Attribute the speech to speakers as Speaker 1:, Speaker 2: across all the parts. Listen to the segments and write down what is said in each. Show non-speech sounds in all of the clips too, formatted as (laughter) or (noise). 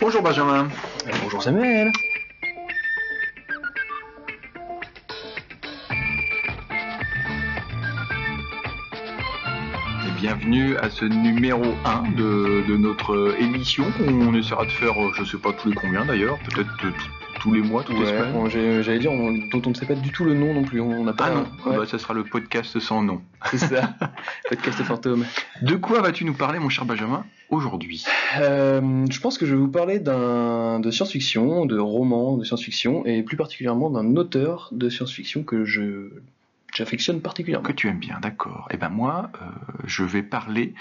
Speaker 1: Bonjour Benjamin.
Speaker 2: Bonjour Samuel.
Speaker 1: Et bienvenue à ce numéro 1 de, de notre émission qu'on essaiera de faire, euh, je sais pas tous les combien d'ailleurs, peut-être euh, tout- tous les mois, toutes les
Speaker 2: Ouais,
Speaker 1: semaines.
Speaker 2: on- j'ai- j'allais dire, on- dont on ne sait pas du tout le nom non plus. On n'a pas.
Speaker 1: Ah non,
Speaker 2: Ouais,
Speaker 1: bah, ça sera le podcast sans nom.
Speaker 2: c'est
Speaker 1: (laughs)
Speaker 2: ça. Podcast fantôme.
Speaker 1: De quoi vas-tu nous parler, mon cher Benjamin, aujourd'hui
Speaker 2: Euh, je pense que je vais vous parler d'un de science-fiction, de romans de science-fiction, et plus particulièrement d'un auteur de science-fiction que je j'affectionne particulièrement.
Speaker 1: Que tu aimes bien, d'accord. Et ben moi, euh, je vais parler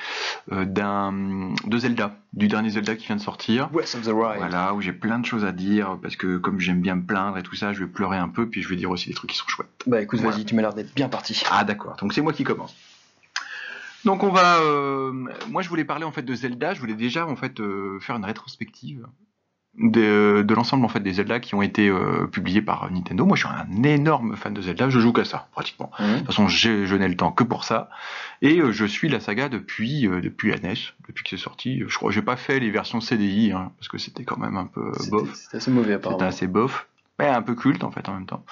Speaker 1: euh, d'un de Zelda, du dernier Zelda qui vient de sortir.
Speaker 2: Breath of the Wild.
Speaker 1: Voilà, où j'ai plein de choses à dire, parce que comme j'aime bien me plaindre et tout ça, je vais pleurer un peu, puis je vais dire aussi des trucs qui sont chouettes.
Speaker 2: Bah écoute,
Speaker 1: Voilà.
Speaker 2: vas-y, tu m'as l'air d'être bien parti.
Speaker 1: Ah d'accord, donc c'est moi qui commence. Donc on va... euh, moi je voulais parler en fait de Zelda, je voulais déjà en fait euh, faire une rétrospective de, de l'ensemble en fait des Zelda qui ont été euh, publiés par Nintendo. Moi je suis un énorme fan de Zelda, je joue qu'à ça pratiquement. De
Speaker 2: Hum.
Speaker 1: toute façon j'ai- je n'ai le temps que pour ça. Et euh, je suis la saga depuis, euh, depuis la NES, depuis que c'est sorti. Je crois que j'ai pas fait les versions CDI, hein, parce que c'était quand même un peu
Speaker 2: C'était-
Speaker 1: Euh, bof.
Speaker 2: C'était assez mauvais
Speaker 1: C'était
Speaker 2: apparemment.
Speaker 1: assez bof. Mais un peu culte en fait en même temps.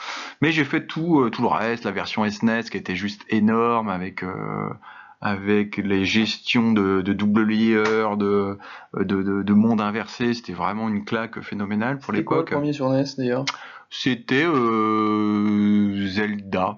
Speaker 1: Mais j'ai fait tout, euh, tout le reste, la version SNES qui était juste énorme avec, euh, avec les gestions de, de double layer, de, de, de, de monde inversé. C'était vraiment une claque phénoménale pour
Speaker 2: C'était quoi le
Speaker 1: l'époque.
Speaker 2: premier sur NES d'ailleurs
Speaker 1: C'était euh, Zelda.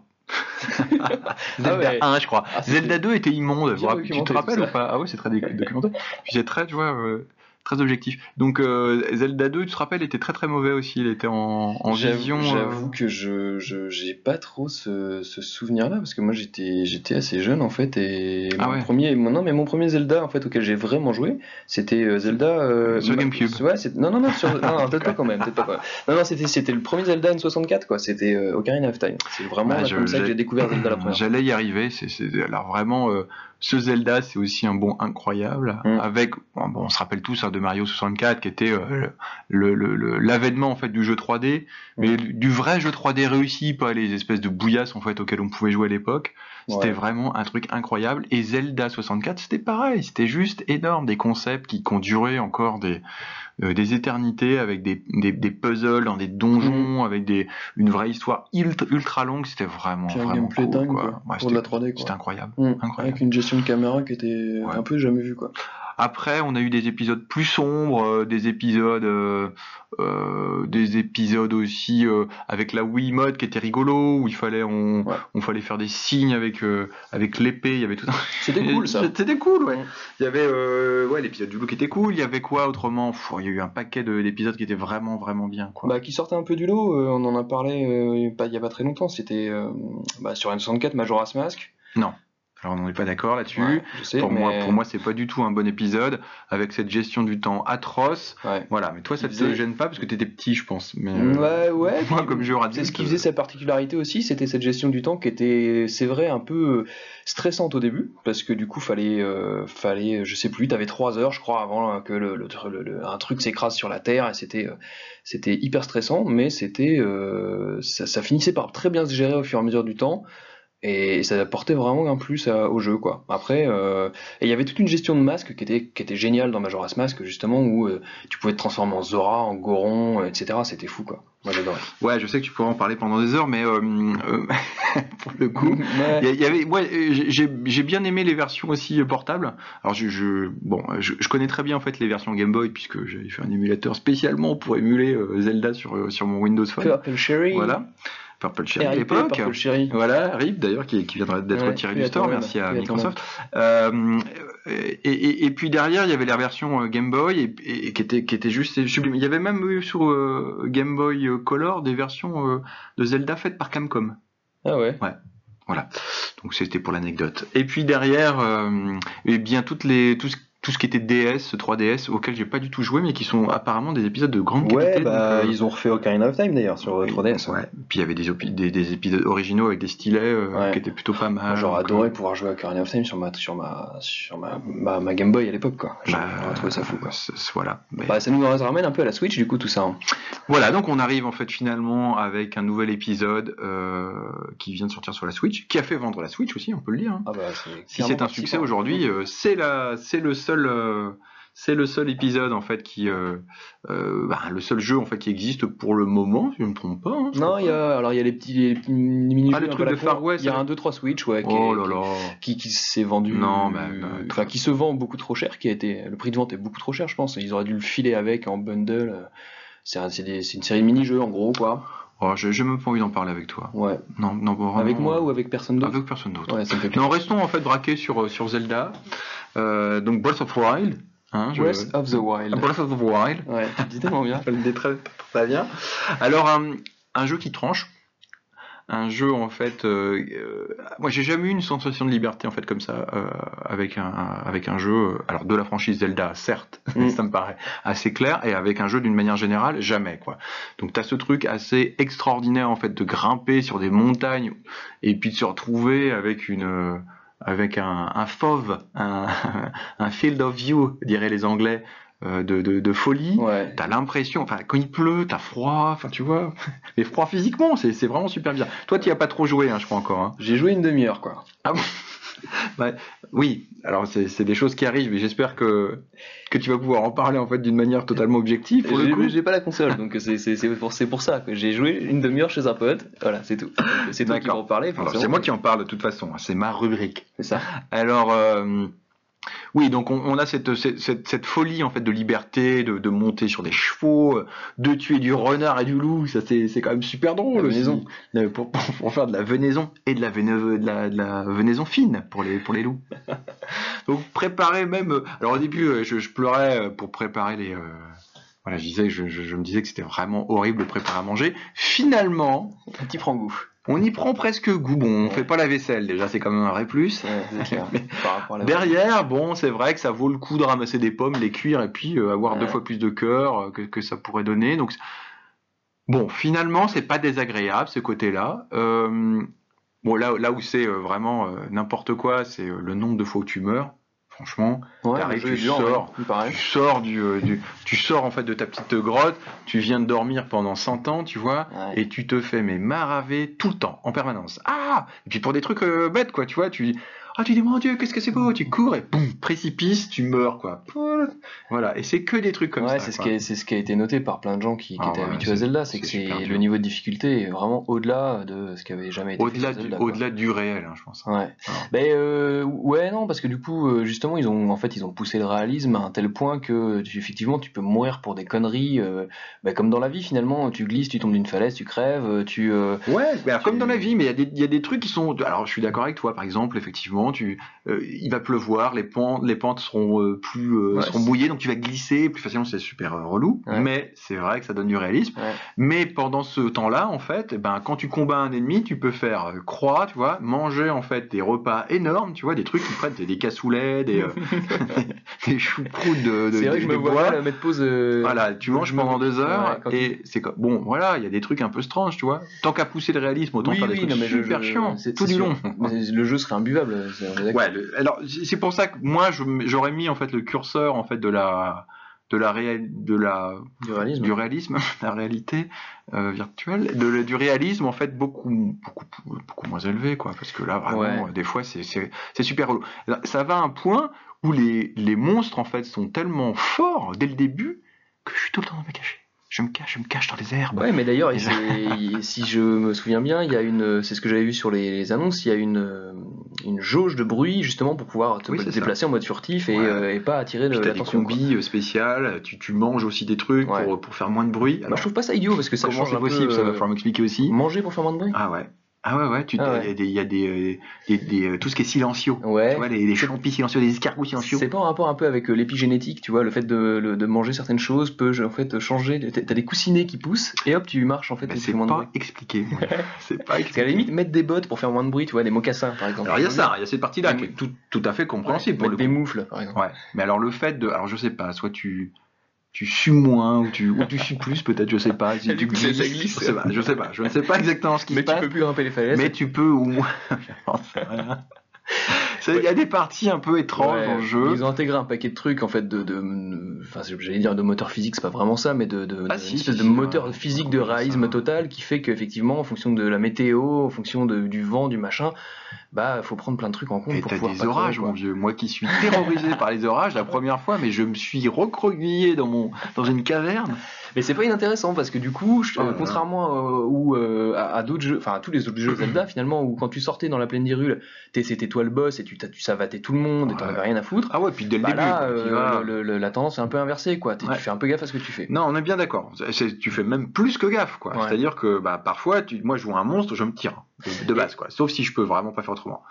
Speaker 1: Zelda
Speaker 2: ouais.
Speaker 1: 1, je crois.
Speaker 2: Ah, c'était-
Speaker 1: Zelda 2 était immonde.
Speaker 2: Bien
Speaker 1: Vous rappelez- Tu
Speaker 2: documenté,
Speaker 1: te
Speaker 2: tout
Speaker 1: rappelles
Speaker 2: ça.
Speaker 1: ou pas Ah ouais, c'est très dé- documenté. Puis c'est très, tu vois, euh, très objectif. Donc euh, Zelda 2, tu te rappelles, était très très mauvais aussi. Il était en, en
Speaker 2: J'avoue-
Speaker 1: vision. euh,
Speaker 2: J'avoue que je je- j'ai pas trop ce, ce souvenir-là parce que moi j'étais j'étais assez jeune en fait et
Speaker 1: Ah
Speaker 2: mon
Speaker 1: ouais.
Speaker 2: premier mon- non mais mon premier Zelda en fait auquel j'ai vraiment joué c'était euh, Zelda euh,
Speaker 1: Sur
Speaker 2: ma-
Speaker 1: GameCube.
Speaker 2: ouais c'est- non non non sur- non, non, peut-être pas quand même peut-être pas quand même. non non c'était c'était le premier Zelda N64 quoi c'était euh, Ocarina of Time c'est vraiment
Speaker 1: Ah,
Speaker 2: là,
Speaker 1: je-
Speaker 2: comme ça que
Speaker 1: j'ai-
Speaker 2: j'ai découvert Zelda la première fois.
Speaker 1: J'allais y arriver. C'est, c'est- alors vraiment, euh, ce Zelda, c'est aussi un bon incroyable.
Speaker 2: Mm.
Speaker 1: Avec, bon, bon, on se rappelle tous hein, de Mario 64, qui était euh, le, le- le- l'avènement en fait du jeu 3D,
Speaker 2: Mm.
Speaker 1: mais du- du vrai jeu 3D réussi, pas les espèces de bouillasses en fait auxquelles on pouvait jouer à l'époque. C'était
Speaker 2: Ouais.
Speaker 1: vraiment un truc incroyable. Et Zelda 64, c'était pareil. C'était juste énorme. Des concepts qui, qui ont duré encore des, euh, des éternités avec des, des, des puzzles dans des
Speaker 2: Mm.
Speaker 1: donjons, avec des, une vraie histoire ultra, ultra longue. C'était vraiment,
Speaker 2: Puis un
Speaker 1: vraiment
Speaker 2: gameplay
Speaker 1: cool,
Speaker 2: dingue
Speaker 1: quoi.
Speaker 2: quoi,
Speaker 1: Ouais,
Speaker 2: pour
Speaker 1: c'était,
Speaker 2: de la 3D quoi
Speaker 1: c'était incroyable.
Speaker 2: Hum,
Speaker 1: incroyable.
Speaker 2: avec une gestion de caméra qui était
Speaker 1: Ouais.
Speaker 2: un peu jamais vue quoi
Speaker 1: Après, on a eu des épisodes plus sombres, euh, des épisodes, euh, euh, des épisodes aussi euh, avec la Wiimote qui était rigolo, où il fallait on,
Speaker 2: Ouais.
Speaker 1: on fallait faire des signes avec euh, avec l'épée. Il y avait tout un (laughs)
Speaker 2: c'était cool ça
Speaker 1: C'était cool, ouais.
Speaker 2: Mm.
Speaker 1: Il y avait euh, ouais, l'épisode du loup qui était cool. Il y avait quoi autrement Pff, Il y a eu un paquet de- d'épisodes qui étaient vraiment, vraiment bien. Quoi.
Speaker 2: Bah, qui sortait un peu du lot, euh, on en a parlé euh, il y a pas- il y a pas très longtemps, c'était euh, bah, sur N64 Majora's Mask.
Speaker 1: Alors, on n'est pas d'accord là-dessus.
Speaker 2: Ouais, je sais,
Speaker 1: Pour, moi,
Speaker 2: mais-
Speaker 1: pour moi, c'est pas du tout un bon épisode avec cette gestion du temps atroce.
Speaker 2: ouais.
Speaker 1: Voilà, mais toi, ça te
Speaker 2: Faisait-
Speaker 1: gêne pas parce que t'étais petit, je pense. Mais, euh,
Speaker 2: Ouais, ouais,
Speaker 1: (laughs) moi,
Speaker 2: puis-
Speaker 1: comme joueur adulte,
Speaker 2: C'est ce qui faisait sa particularité aussi, c'était cette gestion du temps qui était, c'est vrai, un peu euh, stressante au début, parce que du coup, fallait, euh, fallait, je sais plus, t'avais trois heures, je crois, avant hein, que le, le tr- le- le- un truc s'écrase sur la Terre, et c'était, euh, c'était hyper stressant, mais c'était, euh, ça, ça finissait par très bien se gérer au fur et à mesure du temps. Et ça apportait vraiment un plus à- au jeu, quoi. Après, euh, et il y avait toute une gestion de masques qui était, qui était géniale dans Majora's Mask, justement, où euh, tu pouvais te transformer en Zora, en Goron, etc. C'était fou, quoi. Moi, j'adorais.
Speaker 1: Ouais, je sais que tu pourrais en parler pendant des heures, mais euh, euh, (laughs) pour le coup,
Speaker 2: (laughs) Ouais.
Speaker 1: Il y a- il y avait, moi, euh, j'ai- j'ai j'ai bien aimé les versions aussi euh, portables. Alors, je, je- bon, euh, je, je connais très bien en fait les versions Game Boy puisque j'avais fait un émulateur spécialement pour émuler euh, Zelda sur euh, sur mon Windows Phone.
Speaker 2: Purple Sherry.
Speaker 1: Voilà, Purple Cherry à
Speaker 2: RIP,
Speaker 1: l'époque.
Speaker 2: Purple Sherry.
Speaker 1: Voilà, RIP d'ailleurs qui, qui viendra d'être
Speaker 2: Ouais,
Speaker 1: retiré
Speaker 2: plus
Speaker 1: du
Speaker 2: à
Speaker 1: store,
Speaker 2: ton âme,
Speaker 1: merci à
Speaker 2: plus à ton
Speaker 1: Microsoft. Euh, et, et- et puis derrière, il y avait la version euh, Game Boy et, et- et qui, était, qui était juste sublime. Il y avait même eu sur euh, Game Boy euh, Color des versions euh, de Zelda faites par Camcom.
Speaker 2: Ah ouais.
Speaker 1: Donc c'était pour l'anecdote. Et puis derrière, euh, eh bien toutes les tout ce, tout ce qui était DS, 3DS, auquel j'ai pas du tout joué, mais qui sont apparemment des épisodes de grande qualité.
Speaker 2: Ouais, bah,
Speaker 1: donc, euh,
Speaker 2: ils ont refait Ocarina of Time d'ailleurs sur euh,
Speaker 1: oui,
Speaker 2: 3DS.
Speaker 1: ouais. Puis il y avait des, opi- des, des épisodes originaux avec des stylets euh,
Speaker 2: Ouais.
Speaker 1: qui étaient plutôt pas
Speaker 2: Moi,
Speaker 1: mal.
Speaker 2: J'aurais
Speaker 1: Donc,
Speaker 2: adoré pouvoir jouer à Ocarina of Time sur ma, sur ma, sur ma, ma, ma Game Boy à l'époque, quoi.
Speaker 1: euh,
Speaker 2: J'aurais trouvé ça fou, quoi.
Speaker 1: c'est- c'est- Voilà. Mais-
Speaker 2: Bah, ça nous ramène un peu à la Switch, du coup, tout ça. hein.
Speaker 1: Voilà, donc on arrive en fait finalement avec un nouvel épisode euh, qui vient de sortir sur la Switch, qui a fait vendre la Switch aussi, on peut le dire. hein.
Speaker 2: Ah bah, c'est
Speaker 1: Si
Speaker 2: clairement
Speaker 1: c'est un
Speaker 2: parti
Speaker 1: succès
Speaker 2: par-
Speaker 1: aujourd'hui, euh, c'est la, c'est le seul, euh, C'est le seul épisode en fait qui, euh, euh, bah, le seul jeu en fait qui existe pour le moment, si je ne me trompe pas. hein, je
Speaker 2: Non,
Speaker 1: crois
Speaker 2: il y
Speaker 1: pas.
Speaker 2: a, alors il y a les petits, les petits mini-jeux
Speaker 1: Ah, le
Speaker 2: un peu
Speaker 1: truc
Speaker 2: à la
Speaker 1: de
Speaker 2: con.
Speaker 1: Far West,
Speaker 2: Il y a
Speaker 1: là.
Speaker 2: un 2-3 Switch, ouais, qui,
Speaker 1: Oh
Speaker 2: est-
Speaker 1: là là.
Speaker 2: qui, qui s'est vendu.
Speaker 1: Non, mais, euh,
Speaker 2: enfin, qui se vend beaucoup trop cher, qui a été, le prix de vente est beaucoup trop cher, je pense. Ils auraient dû le filer avec en bundle. euh, C'est un- c'est des- c'est une série de mini-jeux, en gros, quoi.
Speaker 1: Oh, j'ai j'ai même pas envie d'en parler avec toi.
Speaker 2: Ouais.
Speaker 1: Non, non, bon, vraiment,
Speaker 2: Avec moi ou avec personne d'autre
Speaker 1: Oh. Avec personne d'autre.
Speaker 2: Ouais, ça me fait plaisir.
Speaker 1: Non, restons en fait braqués sur, euh, sur Zelda. Euh, donc Breath of the Wild. Hein, je-
Speaker 2: Breath of the Wild.
Speaker 1: Breath of the Wild.
Speaker 2: Ouais, tu le dis
Speaker 1: (laughs)
Speaker 2: tellement bien.
Speaker 1: Je le dis très, très bien. Alors, un, un jeu qui tranche. Un jeu, en fait. euh, euh, moi, j'ai jamais eu une sensation de liberté, en fait, comme ça, euh, avec, un, avec un jeu. euh, Alors, de la franchise Zelda, certes,
Speaker 2: Mm.
Speaker 1: ça me paraît assez clair. Et avec un jeu, d'une manière générale, jamais, quoi. Donc, tu as ce truc assez extraordinaire, en fait, de grimper sur des montagnes et puis de se retrouver avec une. euh, avec un, un fauve, un, (laughs) un field of view, diraient les Anglais, euh, de, de, de folie.
Speaker 2: Ouais.
Speaker 1: T'as l'impression, enfin, quand il pleut, t'as froid, enfin, tu vois. (laughs) Mais froid physiquement, c'est c'est vraiment super bien. Toi, t'y as pas trop joué, hein, je crois encore. hein.
Speaker 2: J'ai joué une demi-heure, quoi.
Speaker 1: Oui, alors c'est c'est des choses qui arrivent, et j'espère que, que tu vas pouvoir en parler en fait d'une manière totalement objective. Pour le
Speaker 2: J'ai
Speaker 1: coup.
Speaker 2: j'ai pas la console, donc c'est- c'est c'est pour, c'est pour ça. que J'ai joué une demi-heure chez un pote, voilà, c'est tout. Donc, C'est toi qui
Speaker 1: D'accord.
Speaker 2: vas en parler.
Speaker 1: Alors,
Speaker 2: forcément.
Speaker 1: C'est moi qui en parle de toute façon, hein, c'est ma rubrique.
Speaker 2: C'est ça.
Speaker 1: Alors, euh, oui, donc on, on a cette, cette, cette- cette folie en fait de liberté, de, de monter sur des chevaux, euh, de tuer du renard et du loup, ça c'est c'est quand même super drôle.
Speaker 2: La
Speaker 1: aussi.
Speaker 2: venaison.
Speaker 1: Euh, Pour, pour- pour faire de la venaison et de la, vene- de la, de la venaison fine pour les, pour les
Speaker 2: (laughs)
Speaker 1: loups. donc préparer même. euh, Alors au début, euh, je, je pleurais euh, pour préparer les. euh, voilà, je, disais, je, je- je me disais que c'était vraiment horrible de préparer à manger. Finalement,
Speaker 2: Un petit frangou.
Speaker 1: on y prend presque goût. Bon, on fait pas la vaisselle déjà, c'est quand même un vrai plus.
Speaker 2: Ouais, c'est clair. (laughs) Par rapport à la-
Speaker 1: Derrière, bon, c'est vrai que ça vaut le coup de ramasser des pommes, les cuire et puis euh, avoir
Speaker 2: Ouais.
Speaker 1: deux fois plus de cœur euh, que, que ça pourrait donner. Donc, c'est- bon, finalement, c'est pas désagréable ce côté-là. Euh, bon, là, là où c'est euh, vraiment euh, n'importe quoi, c'est euh, le nombre de fois où tu meurs. Franchement,
Speaker 2: Ouais,
Speaker 1: t'arrives,
Speaker 2: le jeu est
Speaker 1: tu
Speaker 2: dur,
Speaker 1: sors.
Speaker 2: ouais, il paraît.
Speaker 1: tu sors du, euh, du- tu sors en fait de ta petite grotte, tu viens de dormir pendant 100 ans, tu vois,
Speaker 2: Ouais.
Speaker 1: et tu te fais mais maraver tout le temps, en permanence. Ah Et puis pour des trucs euh, bêtes, quoi, tu vois, tu ah tu dis mon Dieu, qu'est-ce que c'est beau, tu cours et boum, précipice, tu meurs, quoi. Voilà, et c'est que des trucs comme ça.
Speaker 2: Ouais, c'est ce,
Speaker 1: quoi.
Speaker 2: qui a- c'est ce qui a été noté par plein de gens qui, qui
Speaker 1: Ah
Speaker 2: étaient
Speaker 1: ouais,
Speaker 2: habitués à
Speaker 1: c'est-
Speaker 2: Zelda, c'est que
Speaker 1: c'est super
Speaker 2: c'est- le
Speaker 1: dur.
Speaker 2: niveau de difficulté est vraiment au-delà de ce qui avait jamais été fait
Speaker 1: Au-delà
Speaker 2: sur
Speaker 1: du,
Speaker 2: Zelda, quoi.
Speaker 1: au-delà du réel, hein, je pense.
Speaker 2: Ouais.
Speaker 1: Alors.
Speaker 2: Ben euh, ouais non parce que du coup euh, justement ils ont en fait ils ont poussé le réalisme à un tel point que tu- effectivement tu peux mourir pour des conneries euh, ben, comme dans la vie finalement tu glisses tu tombes d'une falaise tu crèves euh, tu euh,
Speaker 1: Ouais, bah,
Speaker 2: Tu-
Speaker 1: comme dans la vie, mais il y a des- il y, a des trucs qui sont. Alors, je suis d'accord avec toi, par exemple, effectivement, tu, euh, il va pleuvoir, les pentes, les pentes seront euh, plus euh,
Speaker 2: Ouais,
Speaker 1: seront
Speaker 2: c'est-
Speaker 1: mouillées, donc tu vas glisser plus facilement, c'est super euh, relou.
Speaker 2: Ouais.
Speaker 1: Mais c'est vrai que ça donne du réalisme.
Speaker 2: Ouais.
Speaker 1: Mais pendant ce temps-là, en fait, eh ben, quand tu combats un ennemi, tu peux faire euh, croix, tu vois, manger en fait des repas énormes, tu vois, des trucs qui prennent des, des cassoulets,
Speaker 2: (laughs)
Speaker 1: des, euh, (laughs) des choucroutes de, de,
Speaker 2: c'est vrai
Speaker 1: de-
Speaker 2: que je me
Speaker 1: de
Speaker 2: vois
Speaker 1: bois.
Speaker 2: mal à mettre pause euh,
Speaker 1: Voilà, tu
Speaker 2: je
Speaker 1: manges
Speaker 2: me-
Speaker 1: pendant deux
Speaker 2: Ouais,
Speaker 1: heures
Speaker 2: quand
Speaker 1: et c'est comme bon, voilà, il y a des trucs un peu strange, tu vois. Tant qu'à pousser le réalisme, autant
Speaker 2: oui,
Speaker 1: faire des
Speaker 2: oui,
Speaker 1: trucs
Speaker 2: non, mais je-
Speaker 1: super
Speaker 2: je-
Speaker 1: chiants
Speaker 2: c'est-
Speaker 1: tout
Speaker 2: c'est
Speaker 1: du
Speaker 2: sûr. (laughs)
Speaker 1: long.
Speaker 2: Mais le jeu serait imbuvable c'est- on est d'accord.
Speaker 1: Ouais, le- alors c'est c'est pour ça que moi je- j'aurais mis en fait le curseur en fait de la de la réel- de la
Speaker 2: du réalisme
Speaker 1: du réalisme, (laughs) la réalité euh, virtuelle, de le- du réalisme en fait beaucoup beaucoup beaucoup moins élevé quoi, parce que là vraiment
Speaker 2: Ouais.
Speaker 1: euh, des fois c'est c'est c'est super relou. Là, Ça va à un point où les les monstres en fait sont tellement forts dès le début que je suis tout le temps dans me cacher. Je me cache, je me cache dans les herbes.
Speaker 2: Ouais, mais d'ailleurs,
Speaker 1: Et
Speaker 2: c'est- il- si je me souviens bien, il y a une, c'est ce que j'avais vu sur les, les annonces, il y a une, euh, une jauge de bruit justement pour pouvoir te
Speaker 1: Oui, c'est ça.
Speaker 2: déplacer en mode furtif et,
Speaker 1: Ouais.
Speaker 2: euh, et pas attirer
Speaker 1: Puis
Speaker 2: le-
Speaker 1: t'as des
Speaker 2: l'attention. quoi.
Speaker 1: combis euh, spéciales, tu, tu manges aussi des trucs
Speaker 2: Ouais.
Speaker 1: pour, pour faire moins de bruit.
Speaker 2: Moi,
Speaker 1: Alors,
Speaker 2: je trouve pas ça idiot parce que ça
Speaker 1: euh, comment
Speaker 2: change
Speaker 1: c'est
Speaker 2: un
Speaker 1: possible
Speaker 2: peu.
Speaker 1: Ça va
Speaker 2: euh,
Speaker 1: falloir m'expliquer aussi.
Speaker 2: manger pour faire moins de bruit.
Speaker 1: Ah ouais. Ah ouais, ouais, tu- il
Speaker 2: Ah
Speaker 1: y a des- il y a des, euh, des- des, euh, tout ce qui est silencieux.
Speaker 2: Ouais.
Speaker 1: Tu vois, les, les champis silencieux, les escargots silencieux.
Speaker 2: Eh C'est pas en rapport un peu avec euh, l'épigénétique, tu vois, le fait de, le- de manger certaines choses peut en fait changer. T'as t'as des coussinets qui poussent et hop, tu marches en fait,
Speaker 1: Bah,
Speaker 2: et tu
Speaker 1: c'est
Speaker 2: fais moins de bruit.
Speaker 1: pas
Speaker 2: (laughs)
Speaker 1: expliqué. moi. c'est pas
Speaker 2: Parce qu'à
Speaker 1: expliqué.
Speaker 2: la limite, mettre des bottes pour faire moins de bruit, tu vois, des mocassins par exemple.
Speaker 1: Alors il y a ça, il y a cette partie-là
Speaker 2: Ouais.
Speaker 1: qui est tout, tout à fait
Speaker 2: Ouais,
Speaker 1: compréhensible pour
Speaker 2: mettre
Speaker 1: le
Speaker 2: des
Speaker 1: coup.
Speaker 2: moufles par exemple.
Speaker 1: Ouais. Mais alors le fait de, alors je sais pas, soit tu tu sues moins ou tu ou tu sues plus peut-être, je sais pas. Si
Speaker 2: (laughs) Du
Speaker 1: tu
Speaker 2: coup, ça- ça glisse.
Speaker 1: je sais pas, je sais pas, je ne sais pas exactement ce qui
Speaker 2: Mais
Speaker 1: se
Speaker 2: tu
Speaker 1: passe. (laughs)
Speaker 2: peux plus grimper les falaises. (laughs)
Speaker 1: Mais tu peux au moins. J'en sais rien. C'est- Il y a des parties un peu étranges
Speaker 2: Ouais,
Speaker 1: dans le jeu.
Speaker 2: Ils ont intégré un paquet de trucs en fait de, de- enfin j'allais dire de moteur physique, c'est pas vraiment ça, mais de, de,
Speaker 1: Ah,
Speaker 2: de-
Speaker 1: si,
Speaker 2: une espèce
Speaker 1: si,
Speaker 2: de
Speaker 1: si,
Speaker 2: moteur
Speaker 1: ouais.
Speaker 2: physique de
Speaker 1: Ouais, ça.
Speaker 2: réalisme total qui fait qu'effectivement en fonction de la météo, en fonction de- du vent, du machin, bah faut prendre plein de trucs en compte
Speaker 1: Et
Speaker 2: pour
Speaker 1: t'as
Speaker 2: pouvoir
Speaker 1: des
Speaker 2: pas trop,
Speaker 1: orages,
Speaker 2: quoi.
Speaker 1: mon vieux. Moi qui suis terrorisé par les orages la première fois, mais je me suis recroquevillé dans, mon... dans une caverne.
Speaker 2: Mais c'est pas inintéressant parce que du coup, je-
Speaker 1: Oh là
Speaker 2: euh,
Speaker 1: là.
Speaker 2: contrairement euh, ou, euh, à, à d'autres jeux, enfin à tous les autres jeux Zelda (clears throat) finalement, où quand tu sortais dans la plaine d'Irule, t'es- c'était toi le boss et tu, t'as- tu savatais tout le monde et t'en
Speaker 1: Ouais.
Speaker 2: avais rien à foutre.
Speaker 1: Ah ouais, puis dès le
Speaker 2: Bah
Speaker 1: début. quoi,
Speaker 2: là,
Speaker 1: tu
Speaker 2: euh,
Speaker 1: vas-
Speaker 2: le- le- la tendance est un peu inversée quoi. T'es-
Speaker 1: Ouais.
Speaker 2: Tu fais un peu gaffe à ce que tu fais.
Speaker 1: Non, on est bien d'accord. C'est- Tu fais même plus que gaffe, quoi.
Speaker 2: Ouais.
Speaker 1: C'est-à-dire que bah, parfois, tu... moi, je joue à un monstre, je me tire hein, de, de base, quoi. Sauf si je peux vraiment pas faire autrement.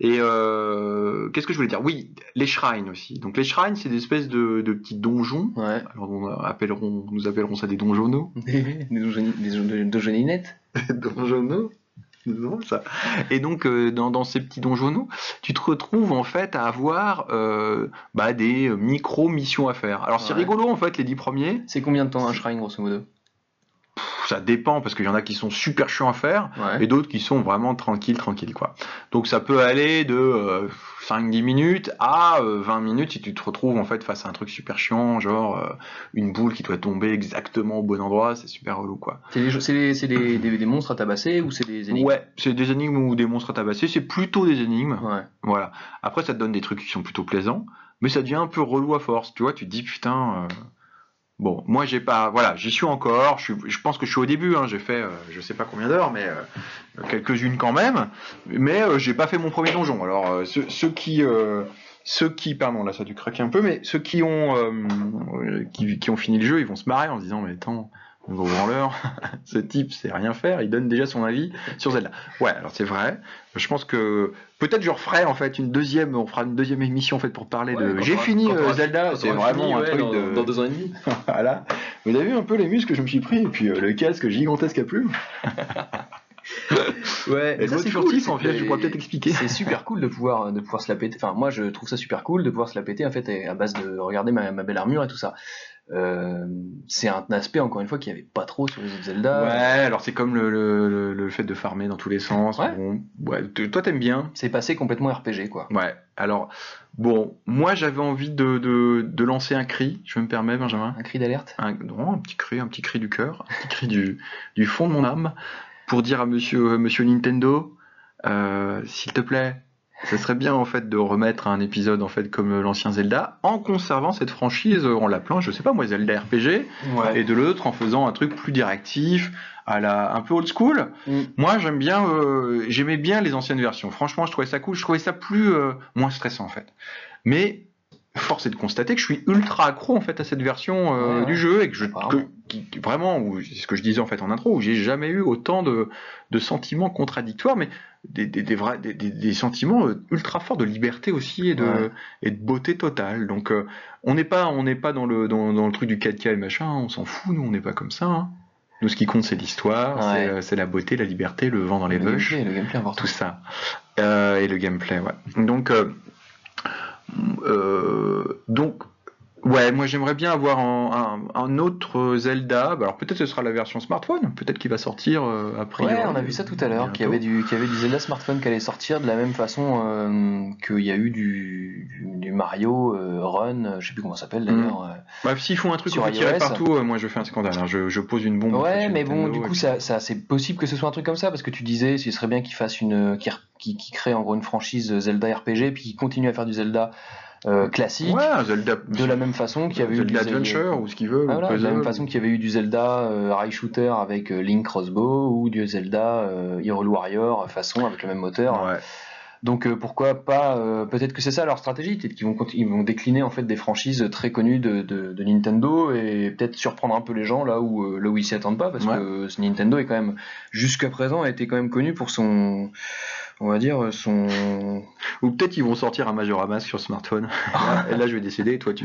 Speaker 1: Et euh, qu'est-ce que je voulais dire Oui, les shrines aussi. Donc les shrines, c'est des espèces de, de petits donjons.
Speaker 2: Ouais.
Speaker 1: Alors on appellerons, nous appellerons ça des donjonaux.
Speaker 2: des donjoni- des don- (laughs) des donjoninettes.
Speaker 1: Des donjonaux C'est drôle, ça. Et donc euh, dans, dans ces petits donjonaux, tu te retrouves en fait à avoir euh, bah, des micro missions à faire. Alors c'est
Speaker 2: Ouais.
Speaker 1: rigolo en fait les dix premiers.
Speaker 2: C'est combien de temps un shrine grosso modo
Speaker 1: Pff, ça dépend parce qu'il y en a qui sont super chiants à faire.
Speaker 2: Ouais.
Speaker 1: et d'autres qui sont vraiment tranquilles, tranquilles quoi. Donc ça peut aller de 5-10 minutes à euh, 20 minutes si tu te retrouves en fait face à un truc super chiant, genre euh, une boule qui doit tomber exactement au bon endroit, c'est super relou quoi.
Speaker 2: C'est des, jeux- c'est des, c'est des, des- des monstres à tabasser ou c'est des énigmes
Speaker 1: Ouais, c'est des énigmes ou des monstres à tabasser, c'est plutôt des énigmes,
Speaker 2: Ouais.
Speaker 1: voilà. Après ça te donne des trucs qui sont plutôt plaisants, mais ça devient un peu relou à force, tu vois, tu te dis putain... euh, Bon, moi j'ai pas, voilà, j'y suis encore. Je, suis- je pense que je suis au début. hein, j'ai fait, euh, je sais pas combien d'heures, mais euh, quelques-unes quand même. Mais euh, j'ai pas fait mon premier donjon. Alors euh, ceux, ceux qui, euh, ceux qui, pardon, là ça a dû craquer un peu, mais ceux qui ont, euh, euh, qui, qui ont fini le jeu, ils vont se marrer en se disant, mais attends, on va au branleur. (laughs) Ce type sait rien faire. Il donne déjà son avis sur Zelda. Ouais, alors c'est vrai. Je pense que peut-être je referai en fait une deuxième. On fera une deuxième émission en fait pour parler
Speaker 2: Ouais,
Speaker 1: de.
Speaker 2: quand
Speaker 1: J'ai
Speaker 2: t'auras-
Speaker 1: fini
Speaker 2: quand
Speaker 1: euh,
Speaker 2: t'auras-
Speaker 1: Zelda. C'est vraiment
Speaker 2: fini,
Speaker 1: un
Speaker 2: ouais,
Speaker 1: truc
Speaker 2: dans,
Speaker 1: de.
Speaker 2: dans deux ans et demi.
Speaker 1: Voilà. Vous avez vu un peu les muscles que je me suis pris et puis euh, le casque gigantesque à plumes.
Speaker 2: Ouais.
Speaker 1: Et
Speaker 2: ça,
Speaker 1: l'autre
Speaker 2: c'est
Speaker 1: furtif,
Speaker 2: cool,
Speaker 1: en fait,
Speaker 2: c'est-
Speaker 1: je pourrais peut-être expliquer.
Speaker 2: C'est super cool de pouvoir, de pouvoir se la péter. Enfin, moi, je trouve ça super cool de pouvoir se la péter en fait à base de regarder ma, ma belle armure et tout ça. Euh, c'est un aspect encore une fois qu'il n'y avait pas trop sur les autres Zelda.
Speaker 1: Ouais, alors c'est comme le, le- le- le fait de farmer dans tous les sens.
Speaker 2: Ouais.
Speaker 1: Bon, ouais, t- toi t'aimes bien.
Speaker 2: C'est passé complètement RPG quoi.
Speaker 1: Ouais. Alors, bon, moi j'avais envie de, de- de lancer un cri, je me permets, Benjamin.
Speaker 2: Un cri d'alerte.
Speaker 1: Un, non, un petit cri, un petit cri du cœur, un petit cri du, du fond de mon âme, pour dire à monsieur, euh, monsieur Nintendo, euh, s'il te plaît, ce serait bien en fait de remettre un épisode en fait comme euh, l'ancien Zelda, en conservant cette franchise, euh, en l'appelant, je sais pas moi, Zelda RPG, et de l'autre en faisant un truc plus directif, à la, un peu old school.
Speaker 2: Mm.
Speaker 1: Moi, j'aime bien, euh, j'aimais bien les anciennes versions. Franchement, je trouvais ça cool, je trouvais ça plus euh, moins stressant en fait. Mais force est de constater que je suis ultra accro en fait à cette version euh,
Speaker 2: Ouais, Bah,
Speaker 1: du
Speaker 2: ouais.
Speaker 1: jeu et que je
Speaker 2: Apparemment.
Speaker 1: que- qui- qui- vraiment, où- c'est ce que je disais en fait en intro, où j'ai jamais eu autant de, de sentiments contradictoires, mais des, des, des vrais, des, des- des sentiments euh, ultra forts de liberté aussi et de,
Speaker 2: Ouais.
Speaker 1: et de beauté totale. Donc euh, on n'est pas, on n'est pas dans le, dans, dans le truc du 4K et machin, hein, on s'en fout, nous on n'est pas comme ça. hein. Nous ce qui compte c'est l'histoire,
Speaker 2: Ouais.
Speaker 1: c'est, euh, c'est la beauté, la liberté, le vent dans les
Speaker 2: le
Speaker 1: bûches
Speaker 2: gameplay, le gameplay important.
Speaker 1: tout ça Euh, et le gameplay ouais donc euh, euh, donc ouais moi j'aimerais bien avoir un, un- un autre Zelda Bah, alors peut-être ce sera la version smartphone peut-être qu'il va sortir euh, après
Speaker 2: Ouais, on a vu ça tout à l'heure, qu'il y, avait du, qu'il y avait du Zelda smartphone qui allait sortir de la même façon euh, qu'il y a eu du, du- du Mario euh, Run, euh, je sais plus comment ça s'appelle d'ailleurs. euh.
Speaker 1: bref s'ils font Bah, un truc
Speaker 2: Sur
Speaker 1: où tirer
Speaker 2: iOS.
Speaker 1: partout euh, moi je fais un scandale hein. je, je pose une bombe en fait,
Speaker 2: Ouais,
Speaker 1: chez
Speaker 2: mais bon,
Speaker 1: Nintendo,
Speaker 2: du
Speaker 1: et
Speaker 2: coup,
Speaker 1: puis-
Speaker 2: ça, ça, c'est possible que ce soit un truc comme ça, parce que tu disais, ce serait bien qu'il fasse une. qui crée en gros une franchise euh, Zelda RPG, puis qu'il continue à faire du Zelda euh, classique,
Speaker 1: ouais un Zelda
Speaker 2: de la même façon qu'il y avait eu du
Speaker 1: Zelda
Speaker 2: Zelda-
Speaker 1: Adventure ou ce qu'ils veulent
Speaker 2: Ah,
Speaker 1: ou
Speaker 2: voilà, de la
Speaker 1: Puzzle.
Speaker 2: même façon qu'il y avait eu du Zelda euh, Rail Shooter avec euh, Link Crossbow ou du Zelda euh, Hero Warrior façon avec le même moteur.
Speaker 1: Ouais.
Speaker 2: Donc euh, pourquoi pas euh, Peut-être que c'est ça leur stratégie, peut-être qu'ils vont, conti- ils vont décliner en fait des franchises très connues de, de- de Nintendo et peut-être surprendre un peu les gens là où euh, là où ils s'y attendent pas parce
Speaker 1: Ouais.
Speaker 2: que ce Nintendo est quand même jusqu'à présent a été quand même connu pour son on va dire son
Speaker 1: ou peut-être ils vont sortir un Majora Mask sur (laughs) smartphone et là je vais décéder et toi tu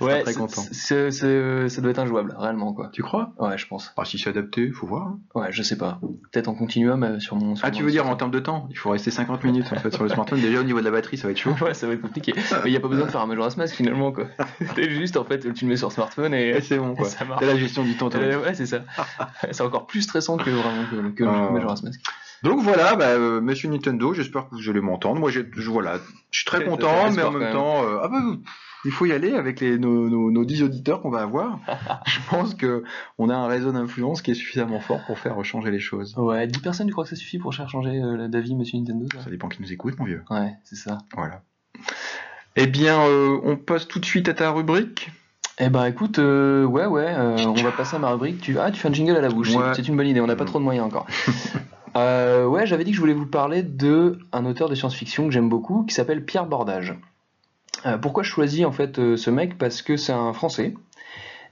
Speaker 2: ouais
Speaker 1: très
Speaker 2: c'est-
Speaker 1: content.
Speaker 2: c'est- c'est- ça doit être injouable réellement quoi.
Speaker 1: tu crois
Speaker 2: Ouais je pense.
Speaker 1: ah, si c'est adapté faut voir hein.
Speaker 2: Ouais je sais pas. Peut-être en continuum euh, sur mon. sur
Speaker 1: Ah,
Speaker 2: mon-
Speaker 1: tu veux dire
Speaker 2: sur-
Speaker 1: en termes de temps Il faut rester 50 minutes en fait sur le smartphone. Déjà au niveau de la batterie, ça va être chaud.
Speaker 2: (laughs) Ouais, ça va être compliqué. Mais il n'y a pas besoin de faire un Majora's Mask finalement quoi. (laughs) C'est juste en fait tu le mets sur smartphone et
Speaker 1: Et c'est bon quoi.
Speaker 2: (laughs) ça marche.
Speaker 1: C'est la gestion du temps. toi.
Speaker 2: Euh, ouais, c'est ça. c'est encore plus stressant que vraiment que, que
Speaker 1: Ah.
Speaker 2: le Majora's Mask.
Speaker 1: Donc voilà, bah, euh, monsieur Nintendo, j'espère que vous allez m'entendre. Moi, j'ai- je, voilà, je suis très
Speaker 2: Ok, t'as
Speaker 1: content,
Speaker 2: fait
Speaker 1: mais en
Speaker 2: l'espoir,
Speaker 1: même
Speaker 2: quand
Speaker 1: temps, euh, ah bah, il faut y aller avec les, nos, nos, nos 10 auditeurs qu'on va (laughs) avoir. je pense que on a un réseau d'influence qui est suffisamment fort pour faire changer les choses.
Speaker 2: Ouais, 10 personnes, tu crois que ça suffit pour faire changer euh, d'avis, monsieur Nintendo ça
Speaker 1: Ça dépend qui nous écoute, mon vieux.
Speaker 2: Ouais, c'est ça.
Speaker 1: Voilà. Eh bien, euh, on passe tout de suite à ta rubrique.
Speaker 2: Eh ben écoute, euh, ouais, ouais, euh, on va passer à ma rubrique. Tu... Ah, tu fais un jingle à la bouche, c'est-
Speaker 1: Ouais.
Speaker 2: c'est une bonne idée, on n'a pas
Speaker 1: Mhm.
Speaker 2: trop de moyens encore. Euh, ouais, j'avais dit que je voulais vous parler de un auteur de science-fiction que j'aime beaucoup, qui s'appelle Pierre Bordage. Euh, pourquoi je choisis en fait euh, ce mec Parce que c'est un Français.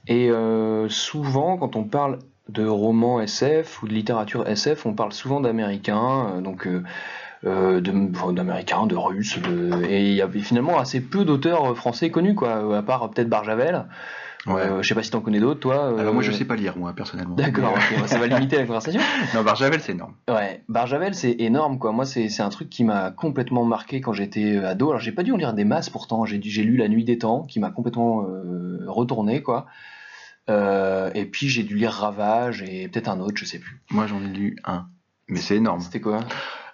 Speaker 2: Et euh, souvent, quand on parle de romans SF ou de littérature SF, on parle souvent d'Américains, euh, donc euh, euh, de- bon, d'Américains, de, Russes, de- et il y avait finalement assez peu d'auteurs français connus, quoi, à part euh, peut-être Barjavel. Euh, je sais pas si t'en connais d'autres, toi. euh,
Speaker 1: Alors moi, je sais pas lire, moi, personnellement. euh,
Speaker 2: D'accord,
Speaker 1: (laughs)
Speaker 2: ok, bah, ça va limiter la conversation.
Speaker 1: Non, Barjavel, c'est énorme.
Speaker 2: Ouais, Barjavel, c'est énorme, quoi. Moi, c'est c'est un truc qui m'a complètement marqué quand j'étais euh, ado. Alors, j'ai pas dû en lire des masses, pourtant. J'ai dû- j'ai lu La Nuit des Temps, qui m'a complètement euh, retourné, quoi. Euh, et puis, j'ai dû lire Ravage et peut-être un autre, je sais plus.
Speaker 1: Moi, j'en ai lu un. Mais c'est énorme.
Speaker 2: C'était quoi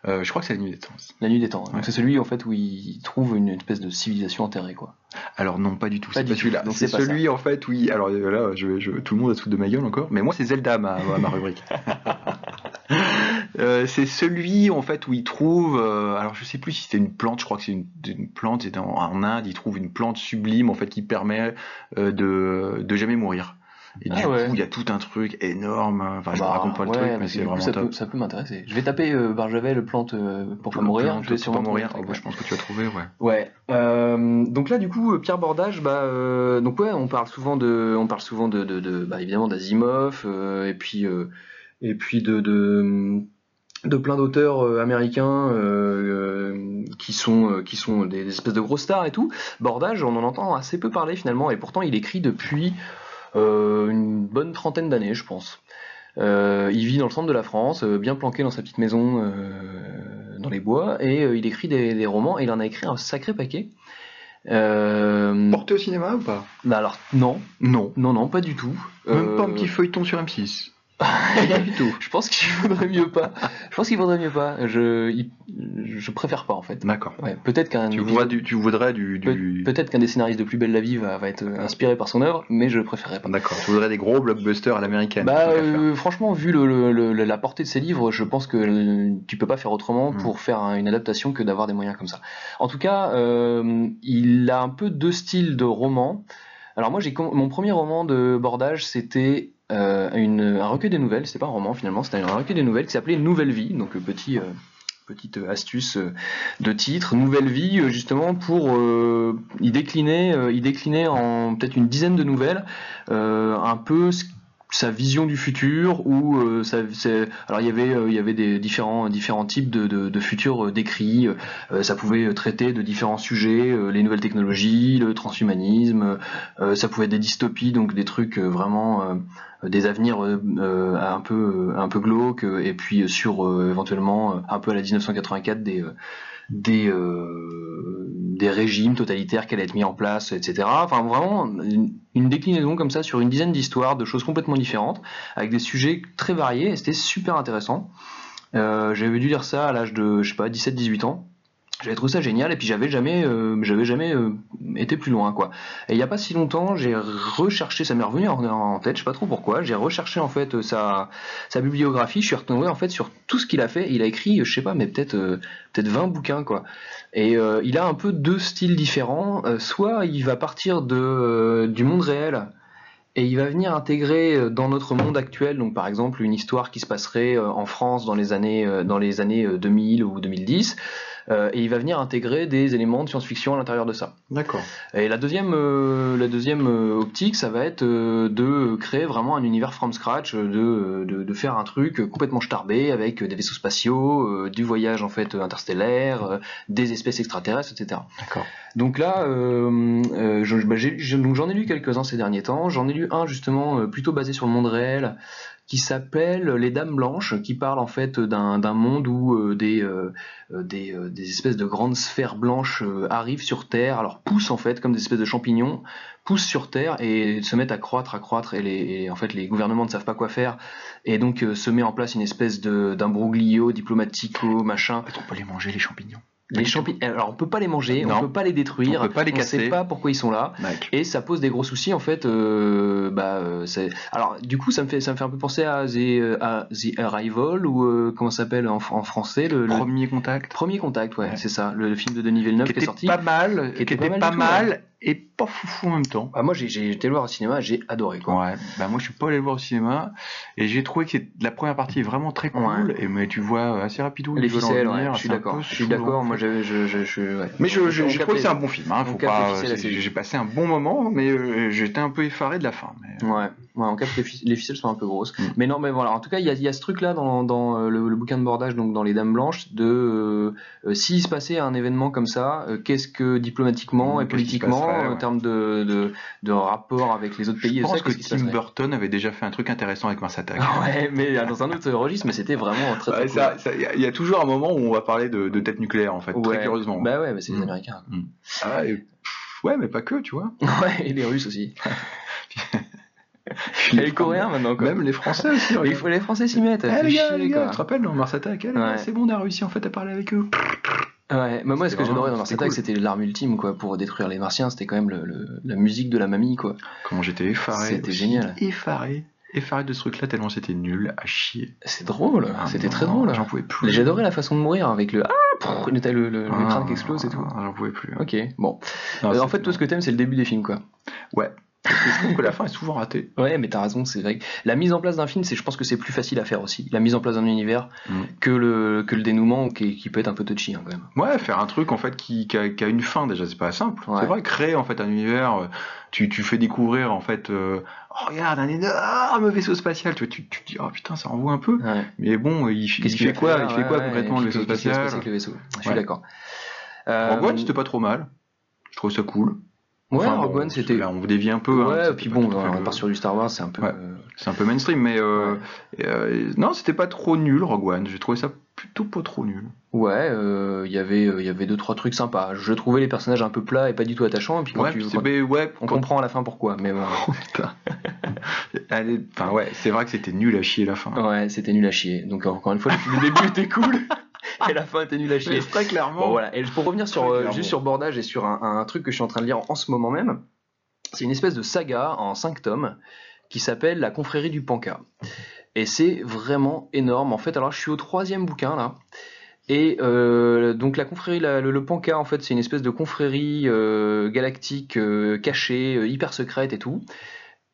Speaker 1: Euh, je crois que c'est la nuit des temps.
Speaker 2: La Nuit des Temps. Donc,
Speaker 1: Ouais.
Speaker 2: c'est celui, en fait, où il trouve une espèce de civilisation enterrée, quoi.
Speaker 1: Alors non, pas du tout.
Speaker 2: Pas
Speaker 1: C'est
Speaker 2: du
Speaker 1: pas
Speaker 2: tout.
Speaker 1: celui-là.
Speaker 2: Donc,
Speaker 1: C'est
Speaker 2: c'est pas
Speaker 1: celui en fait. Oui. Alors euh, là, je, vais- je- tout le monde a tout de ma gueule encore. Mais moi, c'est Zelda ma, ma- ma
Speaker 2: (laughs)
Speaker 1: rubrique. Euh, c'est celui en fait où il trouve. euh, alors je sais plus si c'était une plante. Je crois que c'est une, une plante. C'est en, en Inde. Il trouve une plante sublime en fait qui permet euh, de, de jamais mourir. Et
Speaker 2: Ah
Speaker 1: du
Speaker 2: ouais.
Speaker 1: coup, il y a tout un truc énorme. Enfin, je vous
Speaker 2: Bah,
Speaker 1: raconte pas le
Speaker 2: ouais,
Speaker 1: truc,
Speaker 2: parce
Speaker 1: mais
Speaker 2: que
Speaker 1: c'est
Speaker 2: du coup,
Speaker 1: vraiment
Speaker 2: ça
Speaker 1: top.
Speaker 2: Peut, ça peut m'intéresser. Je vais taper euh, Barjavel, plante euh, pour pas
Speaker 1: Plante
Speaker 2: mourir. je vais
Speaker 1: pour
Speaker 2: sûrement
Speaker 1: pas mourir.
Speaker 2: trouver le
Speaker 1: oh, bah,
Speaker 2: truc,
Speaker 1: je pense que tu as trouvé. Ouais.
Speaker 2: Ouais. euh, donc là, du coup, euh, Pierre Bordage, bah, euh, donc ouais, on parle souvent de, on parle souvent de, de, de- bah, évidemment d'Asimov, euh, et puis, euh, et puis de, de, de plein d'auteurs euh, américains euh, euh, qui sont, euh, qui sont des, des espèces de grosses stars et tout. Bordage, on en entend assez peu parler finalement, et pourtant il écrit depuis euh, une bonne trentaine d'années, je pense. Euh, il vit dans le centre de la France, euh, bien planqué dans sa petite maison euh, dans les bois, et euh, il écrit des, des romans, et il en a écrit un sacré paquet. Euh,
Speaker 1: Porté au cinéma ou pas
Speaker 2: bah alors, non,
Speaker 1: Non.
Speaker 2: non, non, pas du tout.
Speaker 1: Même
Speaker 2: Euh,
Speaker 1: pas un petit feuilleton sur (laughs) M6. pas du tout.
Speaker 2: Je pense qu'il (laughs) vaudrait mieux pas. Je pense qu'il vaudrait mieux pas. Je, il- je préfère pas en fait.
Speaker 1: D'accord.
Speaker 2: Ouais, peut-être qu'un
Speaker 1: Tu voudrais du, tu voudrais du, du-
Speaker 2: peut- peut-être qu'un des scénaristes de Plus belle la vie va, va être inspiré par son œuvre, mais je préférerais pas.
Speaker 1: D'accord, tu voudrais des gros blockbusters à l'américaine.
Speaker 2: Bah,
Speaker 1: tant qu'à faire.
Speaker 2: euh, franchement, vu le- le- le- la portée de ces livres, je pense que euh, tu peux pas faire autrement
Speaker 1: Hmm.
Speaker 2: pour faire un- une adaptation que d'avoir des moyens comme ça. En tout cas, euh, il a un peu deux styles de romans. Alors moi, j'ai com- mon premier roman de bordage, c'était euh, une- un recueil de nouvelles. C'était pas un roman finalement, c'était un recueil de nouvelles qui s'appelait Nouvelle Vie. Donc euh, petit. euh, petite euh, astuce euh, de titre, Nouvelle Vie, euh, justement pour euh, y décliner, euh, y décliner en peut-être une dizaine de nouvelles, euh, un peu ce- sa vision du futur ou euh, sa- c'est- alors il y avait euh, il y avait des différents différents types de, de, de futurs euh, décrits Euh, ça pouvait traiter de différents sujets euh, les nouvelles technologies le transhumanisme euh, ça pouvait être des dystopies donc des trucs euh, vraiment euh, euh, des avenirs euh, euh, un peu euh, un peu glauques euh, et puis euh, sur euh, éventuellement euh, un peu à la 1984 des euh, des euh, des régimes totalitaires qui allaient être mis en place etc enfin vraiment une, une déclinaison comme ça sur une dizaine d'histoires de choses complètement différentes avec des sujets très variés et c'était super intéressant euh, j'avais dû lire ça à l'âge de je sais pas 17 18 ans j'avais trouvé ça génial et puis j'avais jamais euh, j'avais jamais euh, été plus loin quoi et il n'y a pas si longtemps, j'ai recherché, ça m'est revenu en, en tête, je sais pas trop pourquoi, j'ai recherché en fait euh, sa, sa bibliographie, je suis retombé en fait sur tout ce qu'il a fait, il a écrit, je sais pas, mais peut-être euh, peut-être 20 bouquins quoi. Et euh, il a un peu deux styles différents, Euh, soit il va partir de, euh, du monde réel et il va venir intégrer euh, dans notre monde actuel, donc par exemple une histoire qui se passerait euh, en France dans les années, euh, dans les années euh, 2000 ou 2010, euh, et il va venir intégrer des éléments de science-fiction à l'intérieur de ça.
Speaker 1: D'accord.
Speaker 2: Et la deuxième, euh, la deuxième euh, optique, ça va être euh, de créer vraiment un univers from scratch, euh, de, de, de faire un truc complètement starbé avec euh, des vaisseaux spatiaux, euh, du voyage en fait euh, interstellaire, euh, des espèces extraterrestres, etc.
Speaker 1: D'accord.
Speaker 2: Donc là, euh, euh, je- bah, j'ai- j'ai- donc j'en ai lu quelques-uns ces derniers temps. J'en ai lu un justement euh, plutôt basé sur le monde réel qui s'appelle Les Dames Blanches, qui parle en fait d'un d'un monde où euh, des, euh, des, euh, des espèces de grandes sphères blanches euh, arrivent sur Terre, alors poussent en fait comme des espèces de champignons, poussent sur Terre et se mettent à croître, à croître, et, les, et en fait les gouvernements ne savent pas quoi faire, et donc euh, se met en place une espèce de- d'imbroglio diplomatico, machin.
Speaker 1: Attends, on peut les manger, les champignons.
Speaker 2: Les champignons, alors on peut pas les manger,
Speaker 1: Non.
Speaker 2: on peut pas les détruire,
Speaker 1: On peut pas les casser.
Speaker 2: sait pas pourquoi ils sont là.
Speaker 1: Mec.
Speaker 2: Et ça pose des gros soucis en fait. euh, bah, euh, c'est- alors du coup ça me fait ça me fait un peu penser à The, euh, à The Arrival ou euh, comment ça s'appelle en, fr- en français le, le-
Speaker 1: Premier contact.
Speaker 2: premier contact ouais,
Speaker 1: Ouais.
Speaker 2: c'est ça le film de Denis Villeneuve
Speaker 1: Qui
Speaker 2: qui, est
Speaker 1: était
Speaker 2: sorti.
Speaker 1: pas mal, qui était pas mal,
Speaker 2: du tout,
Speaker 1: et pas foufou en même temps.
Speaker 2: Ah, moi j'ai- j'ai été le voir au cinéma j'ai adoré quoi.
Speaker 1: Ouais, bah moi je suis pas allé le voir au cinéma et j'ai trouvé que c'est- la première partie est vraiment très cool et mais tu vois euh, assez rapidement où
Speaker 2: Les
Speaker 1: ils veulent en
Speaker 2: ficelles ouais,
Speaker 1: venir,
Speaker 2: je suis
Speaker 1: c'est un
Speaker 2: d'accord
Speaker 1: peu
Speaker 2: je suis
Speaker 1: saoulant.
Speaker 2: d'accord moi j'avais je je, je ouais.
Speaker 1: Mais je, je,
Speaker 2: On
Speaker 1: je
Speaker 2: capte
Speaker 1: trouve que
Speaker 2: les-
Speaker 1: c'est un bon film. Hein, faut
Speaker 2: capte les
Speaker 1: pas.
Speaker 2: ficelles
Speaker 1: c'est-
Speaker 2: assez vite.
Speaker 1: J'ai passé un bon moment, mais euh, j'étais un peu effaré de la fin. Mais...
Speaker 2: Ouais, ouais, on capte les, fi- les ficelles sont un peu grosses.
Speaker 1: Mm.
Speaker 2: Mais non, mais voilà, en tout cas, il y a, il y a ce truc-là dans, dans, euh, le, le bouquin de bordage, donc dans Les Dames Blanches, de euh, euh, s'il se passait un événement comme ça, euh, qu'est-ce que diplomatiquement
Speaker 1: Mm, qu'est-ce
Speaker 2: et
Speaker 1: qui se
Speaker 2: politiquement,
Speaker 1: passerait,
Speaker 2: en
Speaker 1: ouais.
Speaker 2: termes de, de, de rapport avec les autres pays,
Speaker 1: je
Speaker 2: et tout
Speaker 1: pense
Speaker 2: ça,
Speaker 1: que
Speaker 2: qu'est-ce qui se
Speaker 1: Tim
Speaker 2: passerait
Speaker 1: Burton avait déjà fait un truc intéressant avec Mars Attack.
Speaker 2: (laughs) Ouais, mais euh, dans un autre registre, mais c'était vraiment très, très
Speaker 1: Ouais,
Speaker 2: cool.
Speaker 1: ça- ça- Il y, a- il y a toujours un moment où on va parler de, de tête nucléaire, en fait, (laughs)
Speaker 2: Ouais.
Speaker 1: très curieusement.
Speaker 2: Bah ouais, mais c'est les
Speaker 1: Mm. (laughs)
Speaker 2: Américains.
Speaker 1: Ah, et- pff, ouais, mais pas que, tu vois.
Speaker 2: Ouais, et les Russes aussi. Et les Coréens maintenant, quoi.
Speaker 1: Même les Français aussi.
Speaker 2: Mais
Speaker 1: regarde.
Speaker 2: il faut les Français s'y mettent.
Speaker 1: Eh,
Speaker 2: fais
Speaker 1: les gars,
Speaker 2: chier,
Speaker 1: les gars,
Speaker 2: quoi.
Speaker 1: tu te rappelles dans Mars Attack eh, les gars,
Speaker 2: Ouais.
Speaker 1: C'est bon, on a réussi en fait à parler avec eux.
Speaker 2: Ouais, mais moi ce
Speaker 1: C'était
Speaker 2: que j'adorais dans
Speaker 1: vraiment-
Speaker 2: Mars
Speaker 1: c'était
Speaker 2: Attack,
Speaker 1: cool.
Speaker 2: c'était l'arme ultime quoi pour détruire les Martiens, c'était quand même le, le- la musique de la mamie quoi.
Speaker 1: Comment j'étais effaré.
Speaker 2: C'était
Speaker 1: aussi.
Speaker 2: génial.
Speaker 1: Effaré. Effaré de ce truc-là, tellement c'était nul à chier.
Speaker 2: C'est drôle,
Speaker 1: Ah,
Speaker 2: c'était
Speaker 1: non,
Speaker 2: très drôle.
Speaker 1: J'en pouvais plus.
Speaker 2: Mais J'adorais la façon de mourir avec le ah, prrr, le, le- Euh, le- le
Speaker 1: Ah,
Speaker 2: crâne qui explose et tout.
Speaker 1: ah, J'en pouvais plus.
Speaker 2: Ok, bon.
Speaker 1: Non,
Speaker 2: Euh, en
Speaker 1: c'est-
Speaker 2: fait, tout ce que t'aimes, c'est le début des films quoi.
Speaker 1: je trouve que la fin est souvent ratée.
Speaker 2: Ouais, mais t'as raison, c'est vrai. que La mise en place d'un film, c'est, je pense que c'est plus facile à faire aussi. La mise en place d'un univers
Speaker 1: Mm.
Speaker 2: que le que le dénouement qui, qui peut être un peu touchy hein, quand même.
Speaker 1: Ouais, faire un truc en fait qui, qui, a, qui a une fin déjà, c'est pas simple.
Speaker 2: Ouais.
Speaker 1: C'est vrai, créer en fait un univers, euh, tu, tu fais découvrir en fait, euh, oh, regarde un énorme vaisseau spatial, tu vois, tu, tu te dis oh putain ça renvoie un peu,
Speaker 2: Ouais.
Speaker 1: mais bon euh, il, il
Speaker 2: Qu'est-ce qu'il
Speaker 1: fait
Speaker 2: va
Speaker 1: quoi,
Speaker 2: faire
Speaker 1: il fait
Speaker 2: Ouais,
Speaker 1: quoi
Speaker 2: ouais,
Speaker 1: concrètement le
Speaker 2: qu'est-ce
Speaker 1: vaisseau
Speaker 2: qui- qu'est-ce qui va se passer
Speaker 1: spatial
Speaker 2: avec le vaisseau Je suis
Speaker 1: Ouais.
Speaker 2: d'accord.
Speaker 1: Rogue One
Speaker 2: Euh,
Speaker 1: c'était pas trop mal, je trouve ça cool.
Speaker 2: Ouais,
Speaker 1: Enfin,
Speaker 2: Rogue
Speaker 1: bon,
Speaker 2: One, c'était
Speaker 1: Là on dévie un peu. hein,
Speaker 2: ouais,
Speaker 1: c'était
Speaker 2: puis
Speaker 1: pas
Speaker 2: bon, bah,
Speaker 1: tout à fait
Speaker 2: on
Speaker 1: le-
Speaker 2: repart sur du Star Wars, c'est un peu.
Speaker 1: Ouais.
Speaker 2: euh,
Speaker 1: C'est un peu mainstream, mais euh,
Speaker 2: ouais.
Speaker 1: euh, non c'était pas trop nul Rogue One, j'ai trouvé ça plutôt pas trop nul.
Speaker 2: Ouais, euh, il y avait, euh, il y avait deux trois trucs sympas. Je trouvais les personnages un peu plats et pas du tout attachants. Et puis quand
Speaker 1: Ouais,
Speaker 2: tu,
Speaker 1: puis c'est-
Speaker 2: quand-
Speaker 1: mais ouais,
Speaker 2: on
Speaker 1: quand-
Speaker 2: comprend à la fin pourquoi. Mais bon,
Speaker 1: Elle est- Enfin ouais, c'est vrai que c'était nul à chier la fin.
Speaker 2: ouais, c'était nul à chier. Donc encore une fois, le début était cool et la fin était nulle à chier.
Speaker 1: très clairement.
Speaker 2: Bon voilà. Et pour revenir sur
Speaker 1: Très
Speaker 2: euh,
Speaker 1: clairement.
Speaker 2: juste sur bordage et sur un, un truc que je suis en train de lire en ce moment même, c'est une espèce de saga en cinq tomes qui s'appelle La confrérie du Panca. Et c'est vraiment énorme. En fait, alors je suis au troisième bouquin là. Et euh, donc la confrérie, la- le, le Panca, en fait, c'est une espèce de confrérie euh, galactique euh, cachée, euh, hyper secrète et tout.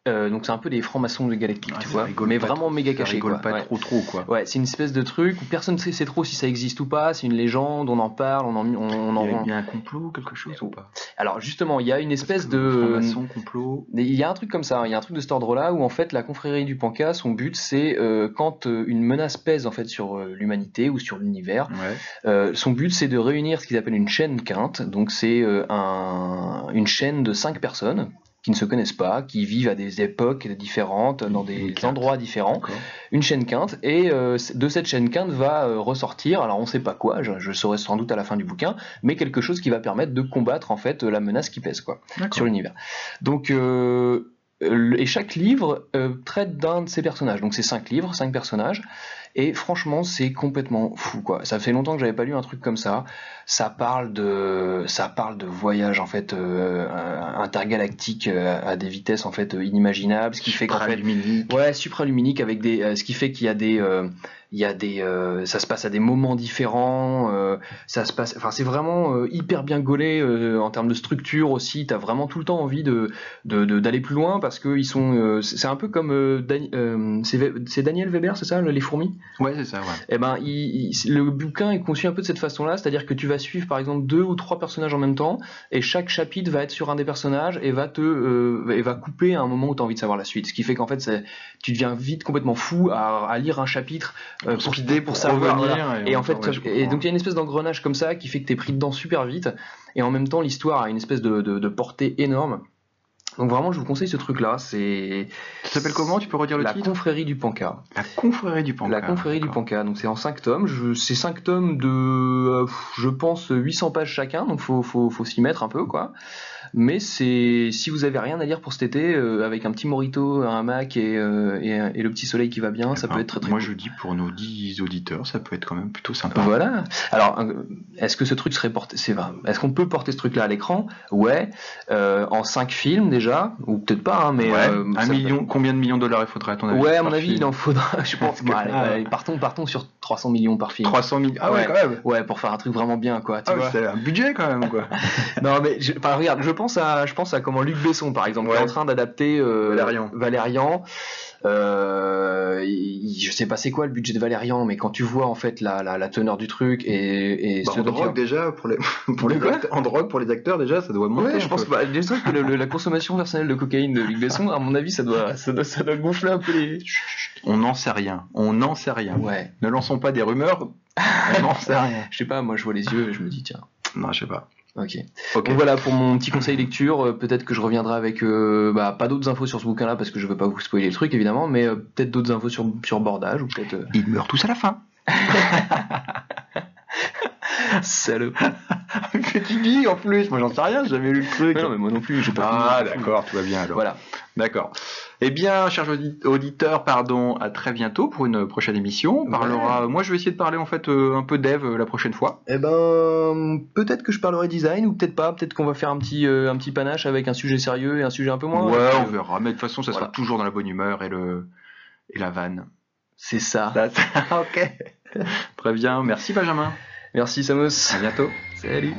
Speaker 2: Euh, donc c'est un peu des francs-maçons de galactique,
Speaker 1: Ah,
Speaker 2: tu
Speaker 1: ça
Speaker 2: vois,
Speaker 1: rigole
Speaker 2: mais
Speaker 1: pas
Speaker 2: vraiment méga
Speaker 1: Ça
Speaker 2: caché.
Speaker 1: rigole
Speaker 2: quoi.
Speaker 1: pas
Speaker 2: Ouais.
Speaker 1: trop trop quoi.
Speaker 2: Ouais, c'est une espèce de truc où personne ne sait, sait trop si ça existe ou pas, c'est une légende, on en parle, on en... On, on en-
Speaker 1: Il y a- il y a un complot quelque chose ou pas
Speaker 2: Alors justement, il y a une espèce de... euh,
Speaker 1: Franc-maçon, complot.
Speaker 2: Il y a un truc comme ça, hein, il y a un truc de cet ordre-là où en fait la confrérie du Panca, son but c'est euh, quand euh, une menace pèse en fait sur euh, l'humanité ou sur l'univers,
Speaker 1: Ouais.
Speaker 2: euh, son but c'est de réunir ce qu'ils appellent une chaîne quinte, donc c'est euh, un- une chaîne de cinq personnes qui ne se connaissent pas, qui vivent à des époques différentes, dans
Speaker 1: Une
Speaker 2: des
Speaker 1: quinte.
Speaker 2: endroits différents,
Speaker 1: D'accord.
Speaker 2: une chaîne quinte, et euh, de cette chaîne quinte va euh, ressortir, alors on sait pas quoi, je, je saurai sans doute à la fin du bouquin, mais quelque chose qui va permettre de combattre en fait euh, la menace qui pèse quoi, sur
Speaker 1: D'accord.
Speaker 2: l'univers. Donc, euh, le- et chaque livre euh, traite d'un de ces personnages, donc c'est cinq livres, cinq personnages, et franchement c'est complètement fou quoi. Ça fait longtemps que j'avais pas lu un truc comme ça. Ça parle de, ça parle de voyage en fait euh, intergalactique euh, à des vitesses en fait euh, inimaginables, ce qui fait qu'en fait
Speaker 1: Supraluminique.
Speaker 2: Ouais, supraluminique avec des, euh, ce qui fait qu'il y a des, euh, il y a des, euh, ça se passe à des moments différents, euh, ça se passe, enfin c'est vraiment euh, hyper bien gaulé euh, en termes de structure aussi. T'as vraiment tout le temps envie de, de, de- d'aller plus loin parce que ils sont, euh, c'est c'est un peu comme, euh, Dan- euh, c'est, Ve- c'est Daniel Weber, c'est ça, le- les fourmis.
Speaker 1: Ouais, c'est ça, ouais.
Speaker 2: Eh ben, il- il- le bouquin est conçu un peu de cette façon-là, c'est-à-dire que tu vas suivre par exemple deux ou trois personnages en même temps, et chaque chapitre va être sur un des personnages et va te euh, et va couper à un moment où tu as envie de savoir la suite. Ce qui fait qu'en fait, c'est- tu deviens vite complètement fou à, à lire un chapitre euh, pour, pour savoir. voilà. Et en fait,
Speaker 1: ouais, je
Speaker 2: et
Speaker 1: comprends.
Speaker 2: donc il y a une espèce d'engrenage comme ça qui fait que t'es pris dedans super vite, et en même temps l'histoire a une espèce de, de- de portée énorme. Donc vraiment, je vous conseille ce truc-là. C'est
Speaker 1: Ça s'appelle comment Tu peux redire le
Speaker 2: la
Speaker 1: titre
Speaker 2: confrérie du Panca.
Speaker 1: La confrérie du Pancas.
Speaker 2: La confrérie du
Speaker 1: D'accord.
Speaker 2: Panca, donc c'est en 5 tomes. Je- C'est 5 tomes de, euh, pff, je pense, 800 pages chacun, donc faut, faut, faut s'y mettre un peu, quoi. Mais c'est si vous avez rien à lire pour cet été, euh, avec un petit morito, un Mac et, euh, et, un- et le petit soleil qui va bien, ça
Speaker 1: Enfin,
Speaker 2: peut être très très
Speaker 1: Eh ben, Moi,
Speaker 2: cool.
Speaker 1: je dis pour nos 10 auditeurs, ça peut être quand même plutôt sympa.
Speaker 2: Voilà. Alors, euh, est-ce que ce truc serait porté C'est vrai. Est-ce qu'on peut porter ce truc-là à l'écran Ouais. Euh, en 5 films déjà, ou peut-être pas, hein, mais
Speaker 1: Ouais.
Speaker 2: euh,
Speaker 1: un
Speaker 2: ça peut-
Speaker 1: million, combien de millions de dollars il faudrait à ton avis
Speaker 2: Ouais, à mon
Speaker 1: par
Speaker 2: avis,
Speaker 1: film
Speaker 2: il en faudra. (laughs) Je
Speaker 1: Parce
Speaker 2: pense.
Speaker 1: que-
Speaker 2: Bon, allez,
Speaker 1: (laughs) Ah.
Speaker 2: allez, partons, partons sur 300 millions par film.
Speaker 1: 300 millions. Ah ouais,
Speaker 2: Ouais.
Speaker 1: quand même.
Speaker 2: Ouais, pour faire un truc vraiment bien, quoi. Tu
Speaker 1: Ah ouais,
Speaker 2: vois.
Speaker 1: c'est un budget quand même
Speaker 2: (laughs)
Speaker 1: quoi. Bah,
Speaker 2: Non, mais je, enfin, regarde, je pense à, je pense à comment Luc Besson, par exemple, qui est
Speaker 1: Ouais.
Speaker 2: en train d'adapter euh,
Speaker 1: Valérian.
Speaker 2: Valérian. Euh, il- je sais pas c'est quoi le budget de Valérian, mais quand tu vois en fait la, la, la teneur du truc et, et
Speaker 1: Bah,
Speaker 2: ce
Speaker 1: en
Speaker 2: dont il-
Speaker 1: drogue déjà pour les (laughs) pour
Speaker 2: De
Speaker 1: les
Speaker 2: quoi
Speaker 1: acteurs- en drogue pour les acteurs déjà ça doit monter.
Speaker 2: Ouais, je
Speaker 1: un
Speaker 2: pense
Speaker 1: peu.
Speaker 2: pas. Déjà que bah, le- le- la consommation personnelle de
Speaker 1: (laughs)
Speaker 2: cocaïne de Luc Besson, à mon avis, ça doit, ça doit, ça doit gonfler un peu les.
Speaker 1: On n'en sait rien. On n'en sait rien.
Speaker 2: Ouais.
Speaker 1: Ne lançons pas des rumeurs. On n'en sait
Speaker 2: (laughs)
Speaker 1: rien.
Speaker 2: Je sais pas, moi je vois les yeux et je me dis tiens,
Speaker 1: Non, je sais pas.
Speaker 2: ok.
Speaker 1: Ok.
Speaker 2: Donc voilà pour mon petit conseil lecture. euh, Peut-être que je reviendrai avec euh, bah, pas d'autres infos sur ce bouquin-là parce que je veux pas vous spoiler le truc évidemment, mais euh, peut-être d'autres infos sur, sur bordage ou
Speaker 1: (laughs)
Speaker 2: peut-être. euh,
Speaker 1: Ils meurent tous à la fin.
Speaker 2: Salaud.
Speaker 1: que tu dis en plus Moi j'en sais rien, j'ai jamais lu le truc.
Speaker 2: Mais non, mais moi non plus, j'ai pas.
Speaker 1: Ah
Speaker 2: fini.
Speaker 1: d'accord, tout va bien alors.
Speaker 2: Voilà.
Speaker 1: D'accord. Eh bien, chers audi- auditeurs, pardon, à très bientôt pour une prochaine émission. On parlera. Moi, je vais essayer de parler en fait euh, un peu d'Eve euh, la prochaine fois.
Speaker 2: Eh ben, peut-être que je parlerai design ou peut-être pas. Peut-être qu'on va faire un petit, euh, un petit panache avec un sujet sérieux et un sujet un peu moins.
Speaker 1: ouais, on
Speaker 2: Euh,
Speaker 1: verra. Mais de toute façon, ça
Speaker 2: voilà.
Speaker 1: sera toujours dans la bonne humeur et le et la vanne. (laughs)
Speaker 2: C'est ça.
Speaker 1: ok. très bien. Bah, Merci Benjamin.
Speaker 2: Merci Samos.
Speaker 1: À bientôt.
Speaker 2: Salut.